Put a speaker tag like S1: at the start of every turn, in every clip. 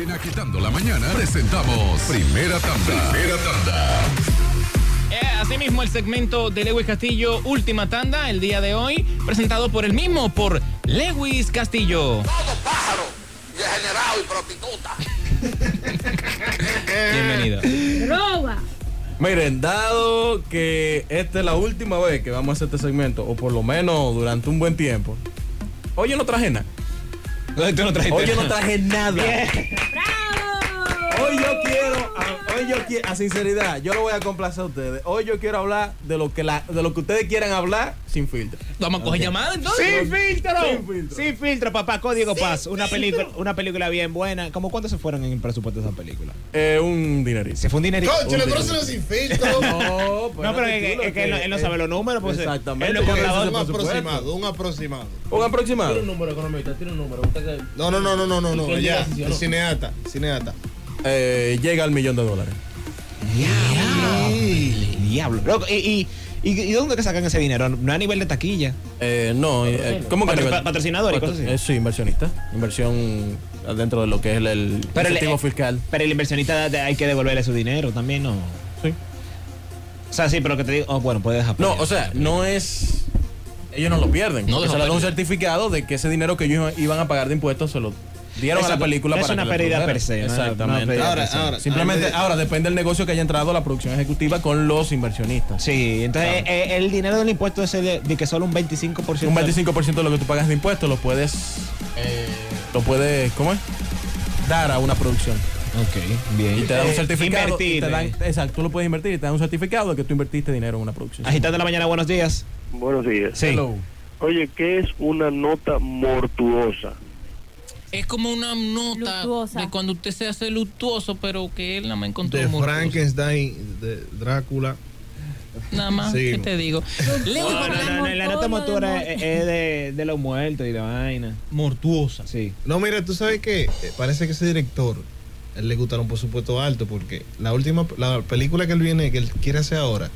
S1: En Agitando la Mañana presentamos Primera Tanda. Primera Tanda.
S2: Eh, Asimismo, el segmento de Lewis Castillo, última tanda, el día de hoy, presentado por el mismo, por Lewis Castillo.
S3: todo pájaro, degenerado y prostituta.
S2: Bienvenido.
S4: Droga.
S5: Miren, dado que esta es la última vez que vamos a hacer este segmento, o por lo menos durante un buen tiempo, hoy yo no traje nada.
S2: Tú no trajiste
S5: Hoy yo no
S2: nada.
S5: traje nada.
S4: ¡Bravo!
S5: Hoy yo quiero, a- hoy yo quiero, a sinceridad, yo lo voy a complacer a ustedes. Hoy yo quiero hablar de lo que, la, de lo que ustedes quieran hablar sin filtro.
S2: Vamos a coger llamada entonces.
S6: Sin filtro.
S5: Sin filtro.
S6: Sin filtro, papá. Código Paz. Una película, una película bien buena. ¿Cómo cuánto se fueron en el presupuesto de esa película?
S5: Eh, un dinerito.
S6: Se fue un dinerito.
S7: Concho, le conocen sin filtro.
S5: No,
S6: No, pero es que, es que él, no- él no sabe los números. Pues,
S5: Exactamente.
S6: Él no
S5: Yo
S6: es
S5: creo que eso
S6: contador.
S7: un
S5: por supuesto.
S7: aproximado, un aproximado.
S5: Un aproximado.
S8: número economista, tiene un número. Usted
S7: No, no, no, no, no, no,
S8: ¿Y
S7: no.
S8: qué
S7: Ya,
S8: decisión?
S7: el cineata, cineata.
S5: Eh, llega al millón de dólares.
S6: Diablo. Diablo. Loco, ¿y, y, y, y dónde que sacan ese dinero? No a nivel de taquilla.
S5: Eh, no, eh, ¿cómo que
S6: Patro-
S5: nivel?
S6: pa- patrocinador y cosas así.
S5: Eh, sí, inversionista. Inversión dentro de lo que es el, el
S6: Pero el-
S5: incentivo
S6: eh,
S5: fiscal.
S6: Pero el inversionista da- hay que devolverle su dinero también, ¿no?
S5: Sí.
S6: O sea, sí, pero que te digo, oh, bueno, puedes dejar.
S5: No,
S6: para
S5: o sea, no es. Ellos no lo pierden.
S2: No
S5: No,
S2: dejó
S5: se le da un
S2: pérdida.
S5: certificado de que ese dinero que ellos iban a pagar de impuestos se lo dieron a
S6: Exacto.
S5: la película
S6: No es
S5: para
S6: una
S5: que la
S6: pérdida
S5: produjera.
S6: per se, no es una- una
S5: Exactamente.
S6: pérdida
S5: ahora,
S7: per se.
S5: ahora, simplemente,
S7: Antes-
S5: ahora depende del negocio que haya entrado la producción ejecutiva con los inversionistas.
S6: Sí, entonces
S5: Claro.
S6: eh, eh, el dinero del impuesto es de, de que solo un 25%.
S5: Un 25% de lo que tú pagas de impuestos lo puedes. eh, lo puedes. ¿Cómo es? Dar a una producción.
S6: Ok, bien.
S5: Y te
S8: Eh,
S5: dan un certificado. y
S6: Invertir.
S5: te dan-
S6: eh.
S5: exacto, tú lo puedes invertir y te dan un certificado de que tú invertiste dinero en una producción.
S6: Agitando la mañana, buenos días.
S9: Buenos días.
S6: Sí.
S5: Hello.
S9: Oye, ¿qué es una nota mortuosa?
S2: Es como una nota
S4: Luctuosa.
S2: de cuando usted se hace luctuoso, pero que él nada más encontró
S7: De
S2: muy luctuoso.
S7: Frankenstein, de Drácula.
S2: Nada más, ¿qué
S7: Seguimos.
S2: te digo?
S6: No,
S2: Lewis
S6: no, no, no, la nota motora es, es de, de los muertos y de vaina.
S2: Mortuosa.
S6: Sí.
S7: No, mira, tú sabes que eh, parece que ese director a él le gustaron por supuesto alto porque la última la película que él viene que él quiere hacer ahora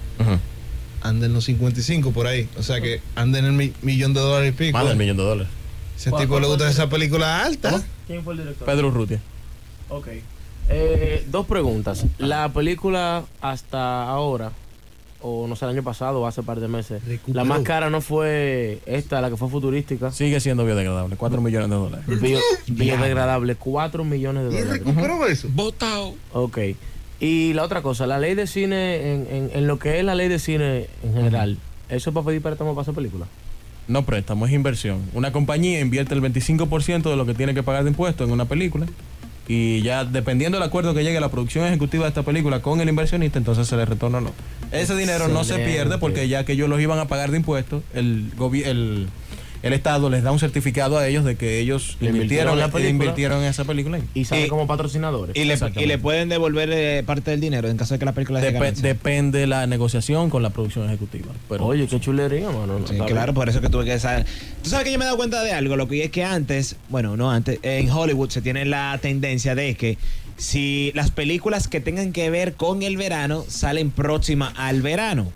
S7: anda en los 55 por ahí, o sea que anda en el mi- millón de dólares y pico.
S5: Más del millón de dólares.
S7: Ese tipo le gusta esa película alta.
S8: ¿Quién fue el director?
S5: Pedro Rutia.
S8: Ok. Eh, dos preguntas. La película hasta ahora, o no sé, el año pasado o hace par de meses,
S7: Recuperó.
S8: la más cara no fue esta, la que fue futurística.
S5: Sigue siendo biodegradable. 4 millones de dólares.
S8: Bio- biodegradable, 4 millones de
S7: Y
S8: dólares.
S7: recuperó eso.
S2: Botao.
S8: Ok. Y la otra cosa, la ley de cine, en, en- en lo que es la ley de cine en general, ¿eso es para pedir préstamo para esa película?
S5: No préstamo, es inversión. Una compañía invierte el 25% de lo que tiene que pagar de impuestos en una película. Y ya dependiendo del acuerdo que llegue la producción ejecutiva de esta película con el inversionista, entonces se le retorna o no. Ese dinero no se
S8: Excelente.
S5: pierde porque ya que ellos los iban a pagar de impuestos, el, gobi- el, el Estado les da un certificado a ellos de que ellos
S8: Le invirtieron
S5: invirtieron,
S8: en la
S5: en-
S8: película.
S5: invirtieron en esa película.
S8: Y sale
S6: Y-
S8: como patrocinadores.
S6: Y le,
S5: Exactamente.
S6: y le pueden devolver eh, parte del dinero en caso de que la película sea
S5: Dep- depende la negociación con la producción ejecutiva. Pero
S8: Oye, qué chulería, mano.
S6: Sí,
S8: Está
S6: claro, por eso que tuve que saber. Tú sabes que yo me he dado cuenta de algo, lo que es que antes, bueno, no antes, en Hollywood se tiene la tendencia de que si las películas que tengan que ver con el verano salen próxima al verano.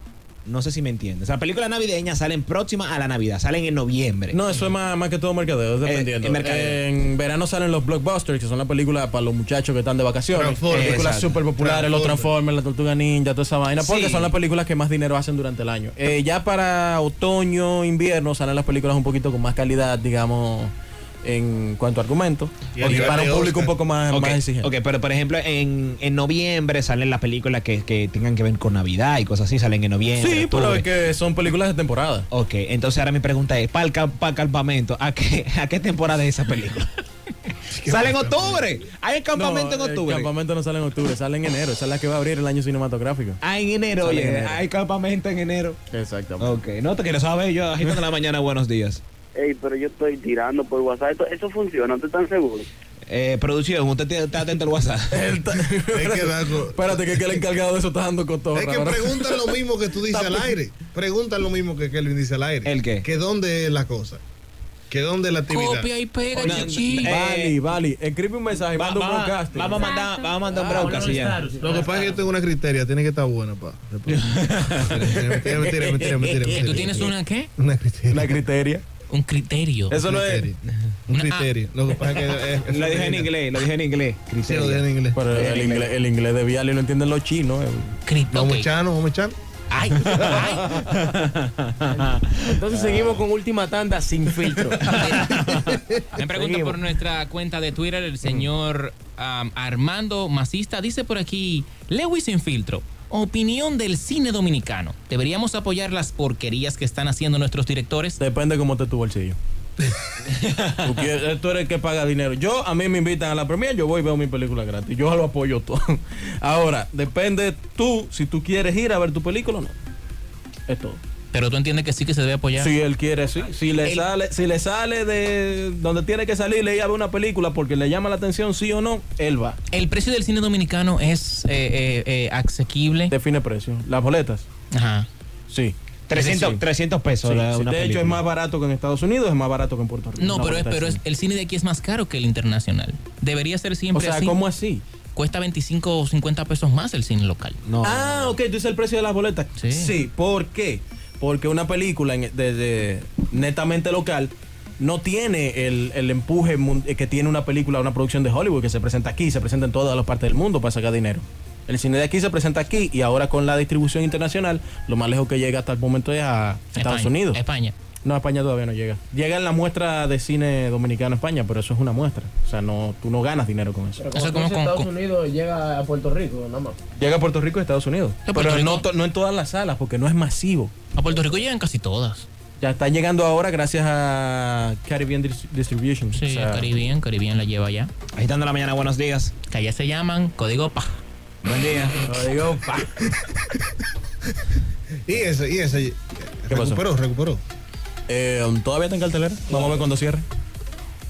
S6: No sé si me entiendes. Las películas navideñas salen próximas a la Navidad, salen en noviembre.
S5: No, eso es más, más que todo mercadeo, es
S6: Eh,
S5: dependiendo.
S6: eh, mercadeo.
S5: En verano salen los blockbusters, que son las películas para los muchachos que están de vacaciones.
S7: Transformers.
S5: Películas
S6: Exacto.
S5: súper populares, los Transformers, la Tortuga Ninja, toda esa vaina, porque
S6: Sí.
S5: son las películas que más dinero hacen durante el año. Eh, ya para otoño, invierno, salen las películas un poquito con más calidad, digamos, en cuanto a argumentos,
S7: Y a
S5: porque
S7: nivel
S5: para
S7: de
S5: un público
S7: Oscar.
S5: un poco más,
S6: Ok,
S5: más exigente.
S6: ok, pero por ejemplo, en, en noviembre salen las películas que, que tengan que ver con Navidad y cosas así, salen en noviembre.
S5: Sí, pero
S6: octubre.
S5: es que son películas de temporada.
S6: Ok, entonces ahora mi pregunta es, para el, campamento, ¿a qué, ¿a qué temporada es esa película? Sale en octubre. Hay el
S5: No,
S6: campamento en
S5: el
S6: octubre.
S5: campamento no sale en octubre, sale en enero. Esa es la que va a abrir el año cinematográfico.
S6: Ah, en enero,
S5: Sale
S6: oye.
S5: en enero.
S6: Hay campamento en enero.
S5: Exactamente.
S6: Ok, no te quiero saber yo. Agitando la mañana, buenos días.
S9: Ey, pero yo estoy tirando por WhatsApp. Esto- eso funciona, ¿tú estás seguro?
S6: Eh, producción, usted tiene- está atento al WhatsApp.
S7: Es que da co-
S5: Espérate, que, es que el encargado de eso está dando cotorra.
S7: Es que
S5: ¿verdad?
S7: preguntan lo mismo que tú dices al aire. Preguntan lo mismo que Kelvin dice al aire.
S6: ¿El qué?
S7: Que dónde es la cosa. Que dónde es la actividad.
S2: Copia y pega,
S6: No, no,
S2: chichi.
S6: eh,
S5: Vali, Vali, escribe un mensaje,
S6: Va-
S5: manda un
S6: va-
S5: broadcast.
S6: vamos a mandar, vamos a mandar un broadcast y ya.
S7: Lo que pasa es que yo tengo una criteria, tiene que estar buena, pa. Mentira, mentira, mentira, mentira, mentira,
S2: ¿Que tú
S7: mentira.
S2: tienes una qué?
S7: Una criteria.
S5: Una criteria.
S2: un criterio.
S5: Eso no es.
S7: criterio. Un criterio. Lo que pasa es que. es- es-
S6: Lo dije en inglés, lo dije en inglés.
S7: Sí, lo dije en inglés.
S5: Pero el inglés, el inglés de Viale no entienden los chinos. eh.
S2: Cri-
S7: Vamos
S2: ok.
S7: a echarnos, vamos a echarnos.
S2: Ay, ay.
S8: Entonces seguimos con última tanda sin filtro.
S2: Me pregunto por nuestra cuenta de Twitter, el señor am, Armando Macista dice por aquí, Lewis sin filtro, opinión del cine dominicano. ¿Deberíamos apoyar las porquerías que están haciendo nuestros directores?
S5: Depende cómo esté tu bolsillo. tú, quieres- eh, tú eres el que paga dinero. Yo, a mí me invitan a la premier, yo voy y veo mi película gratis. Yo lo apoyo todo. Ahora, depende tú si tú quieres ir a ver tu película o no. Es todo.
S2: Pero tú entiendes que sí que se debe apoyar.
S5: Si él quiere, sí. Si le
S2: El-
S5: sale, si le sale de donde tiene que salir, le ir a ver una película porque le llama la atención, sí o no, él va.
S2: El precio del cine dominicano es eh, eh, eh, asequible.
S5: Define precio. Las boletas,
S2: Ajá.
S5: sí.
S6: 300,
S5: Sí.
S6: pesos.
S5: Sí.
S6: la-
S5: Sí,
S6: una
S5: de hecho,
S6: película.
S5: es más barato que en Estados Unidos, es más barato que en Puerto Rico.
S2: No,
S5: Una
S2: pero, es,
S5: boleta de
S2: pero es-
S5: cine.
S2: el cine de aquí es más caro que el internacional. Debería ser
S5: O
S2: siempre
S5: sea,
S2: así.
S5: ¿cómo así?
S2: Cuesta 25 o 50 pesos más el cine local.
S6: No.
S5: Ah, ok, tú dices el precio de las boletas.
S2: Sí.
S5: ¿por qué? Porque una película en- de, de- netamente local no tiene el, el empuje mun- eh, que tiene una película, una producción de Hollywood que se presenta aquí, se presenta en todas las partes del mundo para sacar dinero. El cine de aquí se presenta aquí y ahora con la distribución internacional, lo más lejos que llega hasta el momento es a Estados
S2: España,
S5: Unidos.
S2: España.
S5: No, España todavía no llega. Llega en la muestra de cine dominicano España, pero eso es una muestra. O sea, no, tú no ganas dinero con eso.
S2: Eso como con-
S8: Estados
S2: con-
S8: Unidos llega a Puerto Rico, nada más.
S5: Llega a Puerto Rico y Estados Unidos.
S2: No, Puerto
S5: pero
S2: Rico-
S5: no, to- no en todas las salas, porque no es masivo.
S2: A Puerto Rico llegan casi todas.
S5: Ya están llegando ahora gracias a Caribbean Dis- Distribution.
S2: Sí,
S5: O sea,
S2: Caribbean, Caribbean la lleva allá.
S6: Agitando la mañana, buenos días.
S2: Que allá se llaman código PA.
S6: Buen día.
S5: lo digo, pa.
S7: Y ese, y ese.
S5: ¿Qué pasó?
S7: recuperó, recuperó.
S5: Eh, Todavía está en cartelera. Vamos a ver cuando cierre.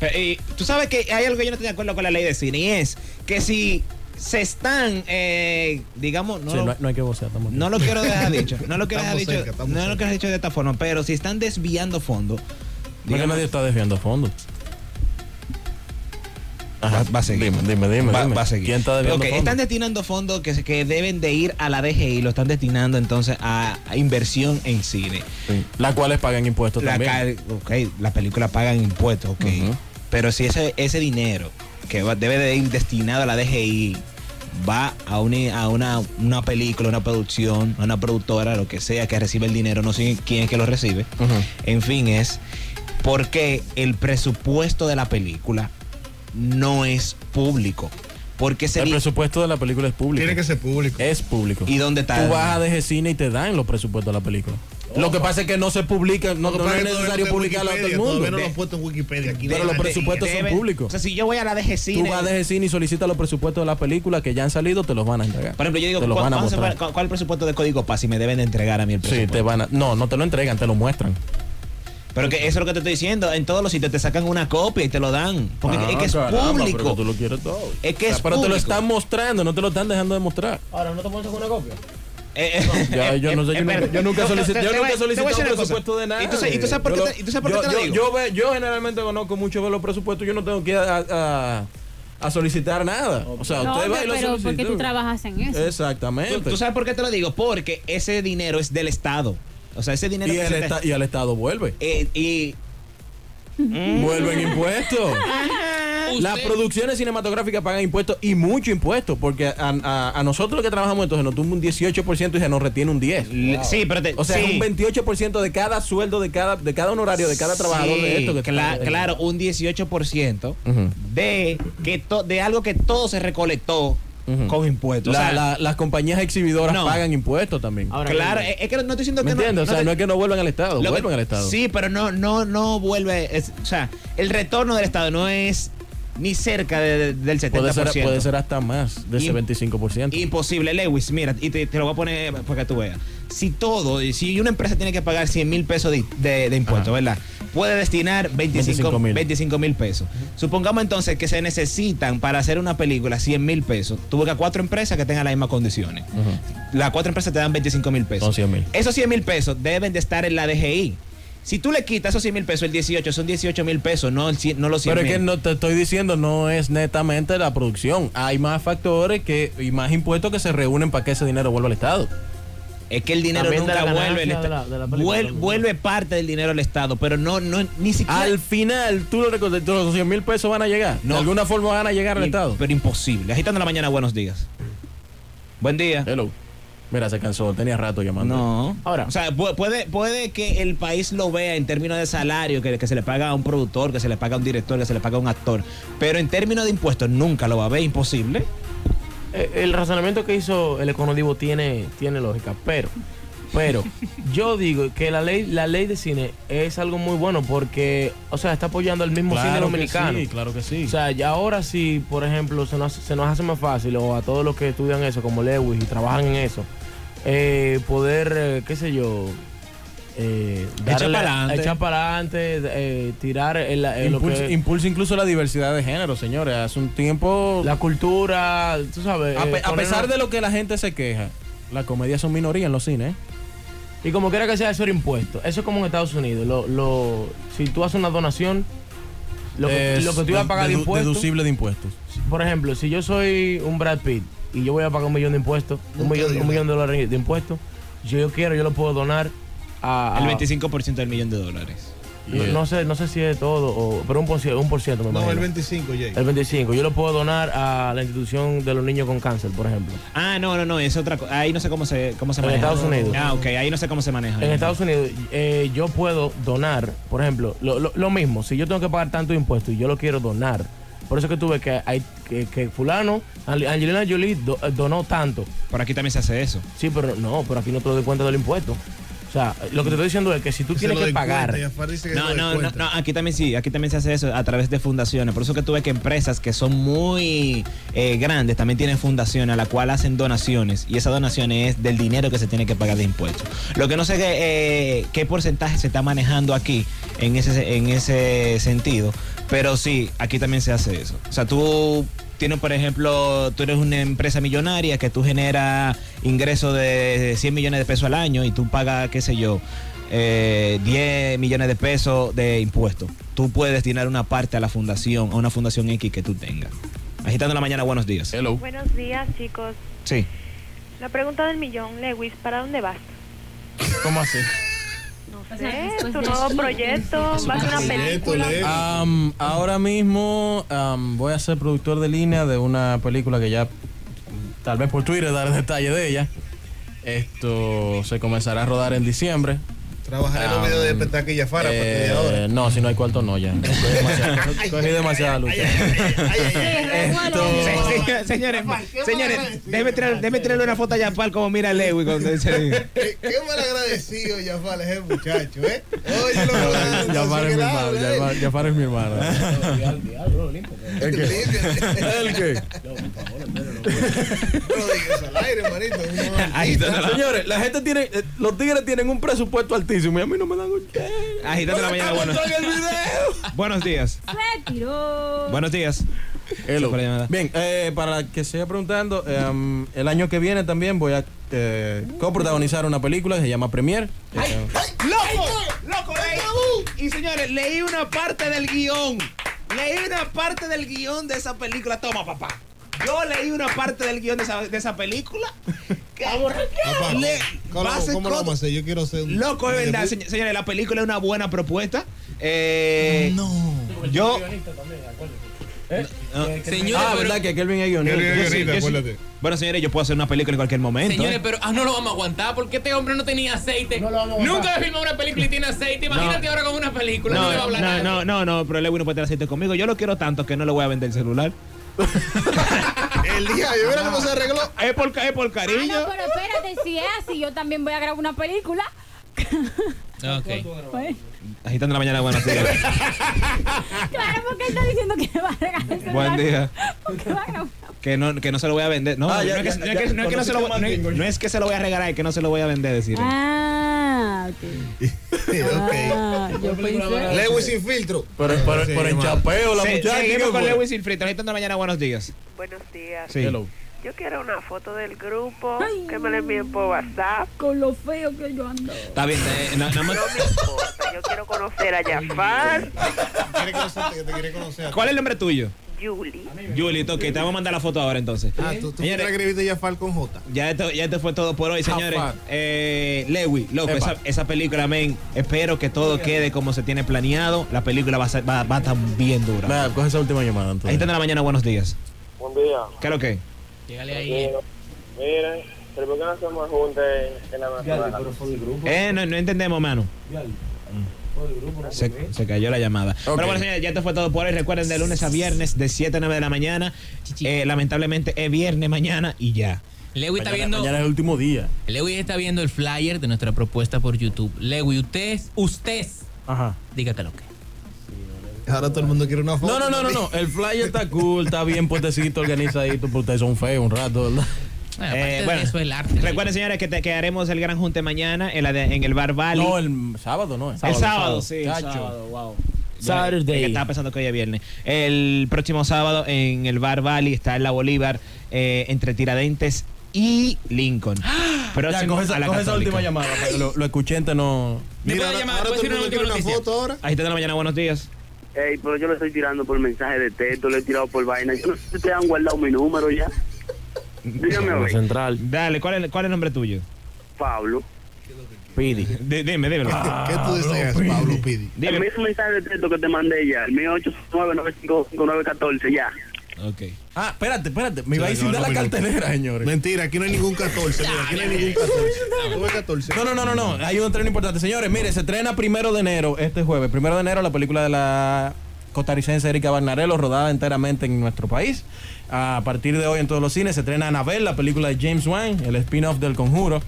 S6: Pero, y tú sabes que hay algo que yo no estoy de acuerdo con la ley de cine y es que si se están, eh, digamos, no,
S5: Sí,
S6: lo,
S5: no, hay- no hay que vocear tampoco.
S6: no lo quiero dejar dicho, no lo quiero dejar
S7: Estamos
S6: dicho,
S7: cerca, estamos
S6: no lo quiero dejar dicho de esta forma, pero si están desviando fondo,
S5: Porque nadie está desviando fondo.
S6: Va- va a seguir.
S5: Dime, dime, dime.
S6: Va,
S5: dime.
S6: va a seguir.
S5: ¿Quién está desviando
S6: Ok,
S5: fondo?
S6: Están destinando fondos que, se- que deben de ir a la DGI, lo están destinando entonces a, a inversión en cine.
S5: Sí. Las cuales pagan impuestos
S6: La,
S5: también.
S6: cal- ok, la película pagan impuestos, ok.
S5: Ujú.
S6: Pero si ese, ese dinero que va- debe de ir destinado a la DGI va a, un- a una, una película, una producción, a una productora, lo que sea que recibe el dinero, no sé quién es que lo recibe.
S5: Ujú.
S6: En fin, es porque el presupuesto de la película no es público. Porque
S5: El
S6: sería...
S5: presupuesto de la película es público.
S7: Tiene que ser público.
S5: Es público.
S6: ¿Y dónde está?
S5: Tú vas a DG Cine y te dan los presupuestos de la película. Lo que pasa es que no se publica, no,
S7: Lo que
S5: no
S7: pasa
S5: es
S7: que todavía
S5: necesario
S7: no está en
S5: publicarlo a todo el
S7: Wikipedia,
S5: mundo.
S7: todavía no lo han puesto en Wikipedia. Aquí
S5: Pero los
S7: delante.
S5: presupuestos son
S6: Deben-
S5: públicos.
S6: O sea, si yo voy a la DGCine...
S5: Tú vas a DG Cine y solicitas los presupuestos de las películas que ya han salido, te los van a entregar.
S6: Por ejemplo, yo digo,
S5: te los
S6: ¿cuál,
S5: van a
S6: cuál se
S5: mostrar.
S6: va- cuál- cuál es el presupuesto de Código Paz si me deben de entregar a mí el
S5: Sí,
S6: presupuesto?
S5: te van a. No, no te lo entregan, te lo muestran.
S6: Pero que eso es lo que te estoy diciendo. En todos los sitios te sacan una copia y te lo dan. Porque
S5: Ah,
S6: es que es
S5: caramba, pero
S6: público. Eh,
S5: tú lo quieres todo.
S6: Es que es
S5: pero te lo
S6: público.
S5: están mostrando, no te lo están dejando de mostrar.
S8: Ahora, ¿no te pones con una copia?
S6: Eh, eh,
S5: Ya, yo no sé, yo
S6: espera.
S5: nunca- yo nunca
S6: No, no,
S5: solicité,
S6: te-
S5: yo
S6: te voy-
S5: nunca
S6: te voy a
S5: solicité
S6: decir
S5: un
S6: una cosa.
S5: presupuesto de nada. eh.
S6: ¿Y tú, sabes- y tú sabes por qué
S5: Yo
S6: te,
S5: lo-
S6: y tú sabes por qué
S5: yo-
S6: te
S5: yo-
S6: lo digo?
S5: Yo, ve- yo generalmente conozco mucho ver los presupuestos, yo no tengo que ir a, a- a solicitar nada. O sea,
S4: No,
S5: usted va y lo
S4: pero
S5: solicita.
S4: porque tú trabajas en eso.
S5: Exactamente.
S6: Tú- ¿Tú sabes por qué te lo digo? Porque ese dinero es del Estado. O sea, ese dinero
S5: y,
S6: que
S5: el
S6: se te-
S5: esta- y al Estado vuelve.
S6: eh, y
S4: Eh.
S5: Vuelven impuestos. Las
S2: Usted-
S5: producciones cinematográficas pagan impuestos y mucho impuestos, porque a, a- a nosotros los que trabajamos entonces nos tumba un 18% y se nos retiene un 10%.
S6: l- Sí, pero te,
S5: O sea,
S6: sí.
S5: es un 28% de cada sueldo, de cada, de cada honorario, de cada trabajador de
S6: Sí,
S5: esto. Que
S6: cla-
S5: está-
S6: claro, un 18%
S5: Ujú.
S6: de, que to- de algo que todo se recolectó
S5: Ujú.
S6: con impuestos.
S5: La-
S6: o sea,
S5: la- las compañías exhibidoras
S6: No.
S5: pagan impuestos también.
S8: Ahora,
S6: claro, es, es que no estoy diciendo
S5: ¿Me
S6: que
S5: entiendes? o sea,
S6: te-
S5: no es que no vuelvan al Estado,
S6: Lo que-
S5: vuelvan al Estado.
S6: Sí, pero no, no, no vuelve. es- o sea, el retorno del Estado no es ni cerca de- del 70%.
S5: Puede ser, puede ser hasta más de ese
S6: Y-
S5: 25%.
S6: Imposible, Lewis. Mira, y te, te lo voy a poner para que tú veas. Si todo, y si una empresa tiene que pagar 100 mil pesos de, de- de impuestos, ¿verdad? Puede destinar 25
S5: 25,000.
S6: mil pesos. Supongamos entonces que se necesitan para hacer una película 100 mil pesos. Tú buscas cuatro empresas que tengan las mismas condiciones. Las cuatro empresas te dan 25 mil pesos.
S5: Son 100,000.
S6: Esos 100 mil pesos deben de estar en la DGI. Si tú le quitas esos 100 mil pesos, el 18, son 18 mil pesos, no, el cien- no los 100
S5: Pero es que
S6: mil.
S5: no te estoy diciendo, no es netamente la producción. Hay más factores que y más impuestos que se reúnen para que ese dinero vuelva al Estado.
S6: Es que el dinero
S8: También de
S6: nunca
S8: la
S6: vuelve. al
S8: ganancia de
S6: esta-
S8: la- de la película
S6: vuel-
S8: también.
S6: vuelve parte del dinero al Estado, pero no, no ni siquiera.
S5: Al final, tú lo recordaste, los 100 mil pesos van a llegar.
S6: No.
S5: De alguna forma van a llegar al
S6: Ni-
S5: Estado.
S6: Pero imposible. Agitando la mañana, buenos días. Buen día.
S5: Hello. Mira, se cansó, tenía rato llamando.
S6: No.
S8: Eh, Ahora.
S6: O sea, pu- puede, puede que el país lo vea en términos de salario, que, que se le paga a un productor, que se le paga a un director, que se le paga a un actor. Pero en términos de impuestos nunca lo va a ver, imposible.
S8: Eh, el razonamiento que hizo el econodivo tiene, tiene lógica, pero, pero yo digo que la ley, la ley de cine es algo muy bueno porque, o sea, está apoyando al mismo cine
S5: Claro que
S8: dominicano.
S5: sí, claro que sí.
S8: O sea, ya ahora sí, por ejemplo, se nos, se nos hace más fácil, o a todos los que estudian eso, como Lewis, y trabajan en eso, eh, poder, eh, qué sé yo, eh,
S6: Echar pa'lante.
S8: echar para adelante, eh, tirar el, el- lo
S5: Impulsa,
S8: que-
S5: impulsa incluso la diversidad de género, señores. Hace un tiempo.
S8: la cultura, tú sabes.
S5: a,
S8: eh,
S5: pe- a
S8: ponernos-
S5: pesar de lo que la gente se queja, las comedias son minoría en los cines. ¿eh?
S8: Y como quiera que sea, eso era impuesto. Eso es como en Estados Unidos. Lo, lo, si tú haces una donación, lo que,
S5: Es
S8: lo que tú ibas a
S5: eh, de-
S8: pagar de
S5: dedu-
S8: impuestos.
S5: Deducible de impuestos.
S8: Por ejemplo, si yo soy un Brad Pitt y yo voy a pagar un millón de impuestos, un millón, un millón de dólares de impuestos, yo, yo quiero, yo lo puedo donar a. a-
S6: El 25% del millón de dólares.
S8: no, no sé, no sé si es todo, o- pero un por ciento, un por ciento me
S7: No,
S8: imagino.
S7: el 25, Jay.
S8: El 25. Yo lo puedo donar a la institución de los niños con cáncer, por ejemplo.
S6: Ah, no, no, no, es otra cosa. Ahí no sé cómo se, cómo se
S8: En
S6: maneja.
S8: Estados Unidos.
S6: Ah, ok, ahí no sé cómo se maneja.
S8: En Estados Unidos eh, yo puedo donar, por ejemplo, lo, lo- lo mismo, si yo tengo que pagar tanto impuesto y yo lo quiero donar, por eso que tuve que, hay, que, que fulano, Ang- Angelina Jolie do- eh, donó tanto.
S6: Por aquí también se hace eso.
S8: Sí, pero no, pero aquí no te doy cuenta del impuesto. O sea, lo que te estoy diciendo es que si tú tienes que pagar...
S6: No, no, no, no,
S7: no.
S6: aquí también sí, aquí también se hace eso a través de fundaciones. Por eso que tuve que empresas que son muy eh, grandes también tienen fundaciones a la cual hacen donaciones y esa donación es del dinero que se tiene que pagar de impuestos. Lo que no sé qué, eh, qué porcentaje se está manejando aquí en ese, en ese sentido, pero sí, aquí también se hace eso. O sea, tú tienes, por ejemplo, tú eres una empresa millonaria que tú generas ingresos de 100 millones de pesos al año y tú pagas, qué sé yo, eh, 10 millones de pesos de impuestos. Tú puedes destinar una parte a la fundación, a una fundación X que tú tengas. Agitando la mañana, buenos días.
S5: Hello.
S10: Buenos días, chicos.
S6: Sí.
S10: La pregunta del millón, Lewis, ¿para dónde vas?
S5: ¿Cómo así?
S10: No
S4: sea,
S10: sé,
S4: después
S10: tu
S4: de
S10: nuevo
S4: eso,
S10: proyecto,
S4: sí,
S10: vas a una
S4: sí.
S10: película.
S5: Ah. Am, ahora mismo am, voy a ser productor de línea de una película que ya, tal vez por Twitter, dar detalle de ella. Esto se comenzará a rodar en diciembre.
S7: Trabajar en los videos de Petaca y Jafar a partir de
S5: Ah. Eh,
S7: pues, ahora.
S5: No, si no hay cuarto, no, ya. Cogí demasiada- Cogí demasiada lucha.
S6: Sí, sí, señores, señores, déjeme tirar- déjeme tirarle una foto a Yapal como mira a Lewis. cuando dice-
S7: Qué Eh, qué mal agradecido Jafar es el muchacho, ¿eh? Oye, lo agradezco,
S5: Ya- Jafar es mi hermano.
S7: considerable, ¿eh?
S5: Jafar- Jafar es mi hermano. ¿El qué?
S7: Límpiate.
S5: ¿El qué?
S7: No digas al aire, manito. No,
S6: Agitando la-
S5: Señores, la gente tiene. eh, Los tigres tienen un presupuesto altísimo y a mí no me dan un cheque.
S6: Agitando la mañana, buenos, buenos días.
S4: Se tiró.
S6: Buenos días.
S5: Hello.
S6: Fue la llamada.
S5: Bien, eh, para que siga preguntando, eh, um, el año que viene también voy a eh, coprotagonizar una película que se llama Premier. Eh,
S6: ¡Loco! ¡Loco! leí- Y señores, leí una parte del guión. Leí una parte del guión de esa película. Toma, papá. Yo leí una parte del guión de esa, de esa película. ¿Qué?
S7: Papá,
S6: Le-
S7: ¿cómo,
S6: va a ser
S7: cómo lo
S6: co-
S7: vamos a hacer? Yo quiero ser un.
S6: Loco, es verdad, señ- señores. La película es una buena propuesta. Eh,
S7: No.
S6: Yo.
S7: Eh,
S2: Señores,
S5: ah,
S2: pero,
S5: verdad que Kelvin es guionista.
S7: Kelvin es
S5: Yo sí,
S7: guionista.
S5: yo sí.
S7: Acuérdate.
S6: Bueno, señores, yo puedo hacer una película en cualquier momento. ¿eh?
S2: señores, pero ah, no lo vamos a aguantar porque este hombre no tenía aceite.
S8: No lo vamos a aguantar.
S2: Nunca filmó una película y tiene aceite. Imagínate ahora con una película. No, le va a
S6: No,
S2: hablar
S6: no,
S2: nadie.
S6: no, no, no, pero Lewin no puede tener aceite conmigo. Yo lo quiero tanto que no le voy a vender el celular.
S7: El día, yo mira cómo se arregló.
S6: Es por, ca- es por
S4: Ah,
S6: cariño.
S4: no, pero espérate, si es así, yo también voy a grabar una película.
S2: Ok.
S4: Pues,
S6: Agitando la mañana, buenos días.
S4: claro, porque él está diciendo que va a regalar el celular.
S6: Buen día.
S4: Porque va a grabar.
S6: Que no, que no se lo voy a vender. No,
S5: Ah,
S6: no
S5: ya,
S6: es que-
S5: ya,
S6: no es
S5: ya,
S6: que- no es que no se lo voy- no es- no es que se lo voy a regalar, es que no se lo voy a vender, decir.
S4: Ah, ok.
S7: ok.
S4: Ah, yo pensé.
S7: Lewis sin filtro.
S5: Pero, pero,
S7: Sí,
S5: pero en
S7: hermano.
S5: chapeo, la
S6: Se-
S5: muchacha.
S6: seguimos
S5: ¿qué
S6: con
S5: fue?
S6: Lewis Silfrito. Agitando la mañana, buenos días.
S10: Buenos días.
S6: Sí.
S5: Hello.
S10: Yo quiero una foto del grupo
S4: Ay.
S10: que me la envíen por WhatsApp.
S4: Con lo feo que yo ando.
S6: Está bien, eh, na- nada más.
S10: No me importa, yo quiero conocer a Jafar.
S7: Quiere conocer, te quiere conocer.
S6: ¿Cuál es el nombre tuyo?
S10: Julie.
S6: Julie, toque, te vamos a mandar la foto ahora entonces.
S11: Ah, tú, tú
S6: Señores,
S11: te escribiste ya Falcon J.
S6: Ya esto, ya esto fue todo por hoy, señores.
S11: Jafar.
S6: Eh, Lewy, loco,
S11: Epa.
S6: esa, esa película, men, espero que todo quede como se tiene planeado. La película va a, ser- va, va a estar bien dura.
S5: Nada, coge esa última llamada,
S6: Ahí
S5: entonces.
S6: está en la mañana, buenos días.
S12: Buen día.
S6: ¿Qué es lo que?
S2: Llegale ahí.
S12: Miren, pero ¿por qué no hacemos juntos en la semana?
S6: Eh, no, no entendemos, mano. Se, se cayó la llamada. Pero bueno, señores, ya esto fue todo por hoy. Recuerden de lunes a viernes, de 7 a 9 de la mañana. Eh, lamentablemente es viernes mañana y ya.
S2: Lewy está viendo.
S5: el último día.
S2: Lewy está viendo el flyer de nuestra propuesta por YouTube. Lewy, usted, usted,
S5: Ajá.
S2: dígate lo que.
S7: Ahora todo el mundo quiere una
S5: No,
S7: foto.
S5: no, no, no, no. El flyer está cool, está bien puestecito, organizadito, pero ustedes son feos un rato, ¿verdad?
S2: Bueno,
S6: Eh,
S2: aparte de
S6: bueno,
S2: eso, el arte.
S6: Recuerden, señores, que, te, que haremos el gran junte mañana en, la de- en el Bar Valley.
S5: No, el sábado no.
S6: el sábado, sí. el
S5: Chacho.
S6: sábado, wow.
S8: Saturday.
S6: Es que estaba pensando que hoy es viernes. El próximo sábado en el Bar Valley está en la Bolívar eh, entre Tiradentes y Lincoln. Pero
S5: ¡Ah! Ya, coge esa, coge esa última llamada, porque lo, lo escuché, entonces no.
S2: ¿Me
S11: Mira,
S2: puede
S11: ahora,
S2: llamar?
S11: ahora
S2: ¿Puedo
S11: todo el
S2: decir
S11: mundo
S2: una
S11: quiere
S2: última
S11: una
S2: noticia?
S11: foto ahora.
S6: Ahí está de la mañana, buenos días.
S9: Ey, pero yo lo estoy tirando por mensaje de texto, lo he tirado por vaina. Yo no sé si te han guardado mi número ya. Dígame a
S8: La
S9: ver,
S8: central,
S6: Dale, ¿cuál es, cuál es el nombre tuyo?
S9: Pablo.
S8: Pidi.
S6: D- dime, dímelo.
S8: Ah,
S11: ¿Qué tú deseas, Pablo Pidi?
S9: El
S6: Dime.
S9: mismo mensaje de texto que te mandé ya, el mío 869 ya.
S6: Ok.
S5: Ah, espérate, espérate. Me iba a
S11: Sí,
S5: decir
S11: no,
S5: de
S11: no,
S5: la
S11: no.
S5: cartelera, señores.
S11: Mentira, aquí no hay ningún 14. Mira, aquí no hay ningún 14. Tuve 14.
S5: No, no, no, no, no. Hay un estreno importante. Señores, mire, se estrena primero de enero, este jueves. Primero de enero, la película de la costarricense Erika Barnarello, rodada enteramente en nuestro país. A partir de hoy en todos los cines se estrena Anabel, la película de James Wan, el spin-off del conjuro.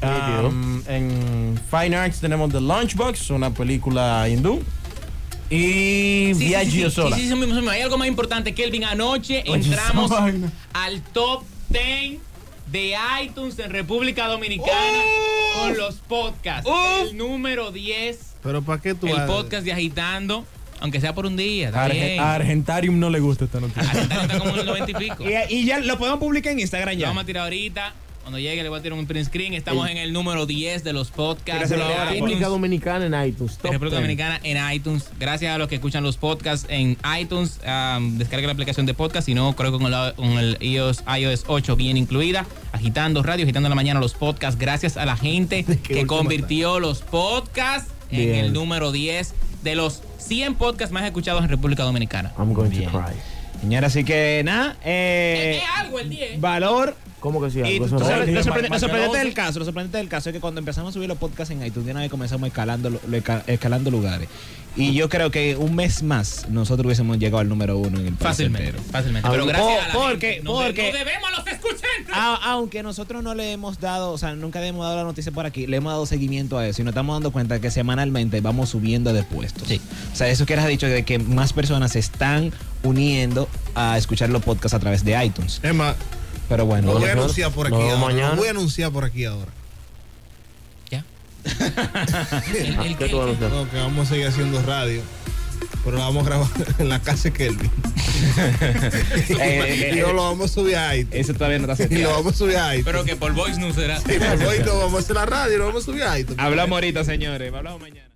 S5: Um, en Fine Arts tenemos The Lunchbox, una película hindú. Y
S2: Sí, sí, sí,
S5: Viaggio
S2: sí,
S5: Sola.
S2: sí, sí, sí, mismo, mismo. Hay algo más importante, Kelvin. Anoche
S5: Oye, esa
S2: entramos
S5: vaina.
S2: al top 10 de iTunes en República Dominicana con los podcasts. El número 10,
S11: Pero ¿para qué tú
S2: el
S11: haces?
S2: podcast de Agitando, aunque sea por un día. Está
S5: Arge-
S2: bien.
S5: a Argentarium no le gusta esta noticia.
S2: Agitando está como en el 90 y pico.
S6: Y, y ya lo podemos publicar en Instagram
S2: Lo
S6: ya.
S2: vamos a tirar ahorita. Cuando llegue le voy a tirar un print screen. Estamos en el número 10 de los podcasts de
S6: Tíraselo ahora,
S2: iTunes.
S8: República Dominicana en iTunes. top
S2: República
S8: 10.
S2: Dominicana en iTunes. Gracias a los que escuchan los podcasts en iTunes. um, descarga la aplicación de podcast. Si no, creo que con, la- con el iOS, iOS 8 bien incluida. Agitando radio, agitando en la mañana los podcasts. Gracias a la gente que convirtió los podcasts en
S8: Bien.
S2: el número 10 de los 100 podcasts más escuchados en República Dominicana.
S8: I'm going
S6: Bien.
S8: to cry.
S6: Señora, así que nada. eh,
S2: Es algo el 10.
S6: valor.
S8: ¿Cómo que sí?
S6: Y
S8: Algo
S6: tú
S8: eso
S6: sabes, lo,
S8: no-
S5: Marca
S6: sorprendente- lo sorprendente
S5: doce.
S6: del caso, lo sorprendente del caso es que cuando empezamos a subir los podcasts en iTunes, de una vez comenzamos escalando, lo- lo esca- escalando lugares. Y yo creo que un mes más nosotros hubiésemos llegado al número uno en el país
S2: Fácilmente,
S6: entero.
S2: fácilmente.
S8: Ah,
S2: Pero gracias
S6: po-
S2: a la
S6: porque-
S2: gente. Nos de-
S6: porque- Ah,
S2: nos debemos a los escuchantes.
S6: A- aunque nosotros no le hemos dado, o sea, nunca le hemos dado la noticia por aquí, le hemos dado seguimiento a eso y nos estamos dando cuenta que semanalmente vamos subiendo de puestos.
S2: Sí.
S6: O sea, eso que has dicho de que más personas se están uniendo a escuchar los podcasts a través de iTunes.
S11: Emma,
S6: Pero bueno,
S11: lo voy a
S8: mejor.
S11: anunciar por aquí
S8: No,
S11: ahora.
S8: mañana.
S11: Lo voy a anunciar por aquí ahora.
S2: Ya. El- el-
S8: ¿Qué
S2: el-
S8: tú vas a hacer?
S11: No, que vamos a seguir haciendo radio. Pero la vamos a grabar en la casa de Kelvin.
S6: eh,
S11: y no lo vamos a subir a iTunes.
S6: eso todavía no está
S11: Y lo
S8: eh,
S6: seteado.
S11: vamos a subir a pues, iTunes.
S2: Pero que por voice no será.
S11: Y por lo tanto, vamos a hacer la radio y lo vamos a subir a iTunes.
S6: Hablamos ahorita, señores. Hablamos mañana.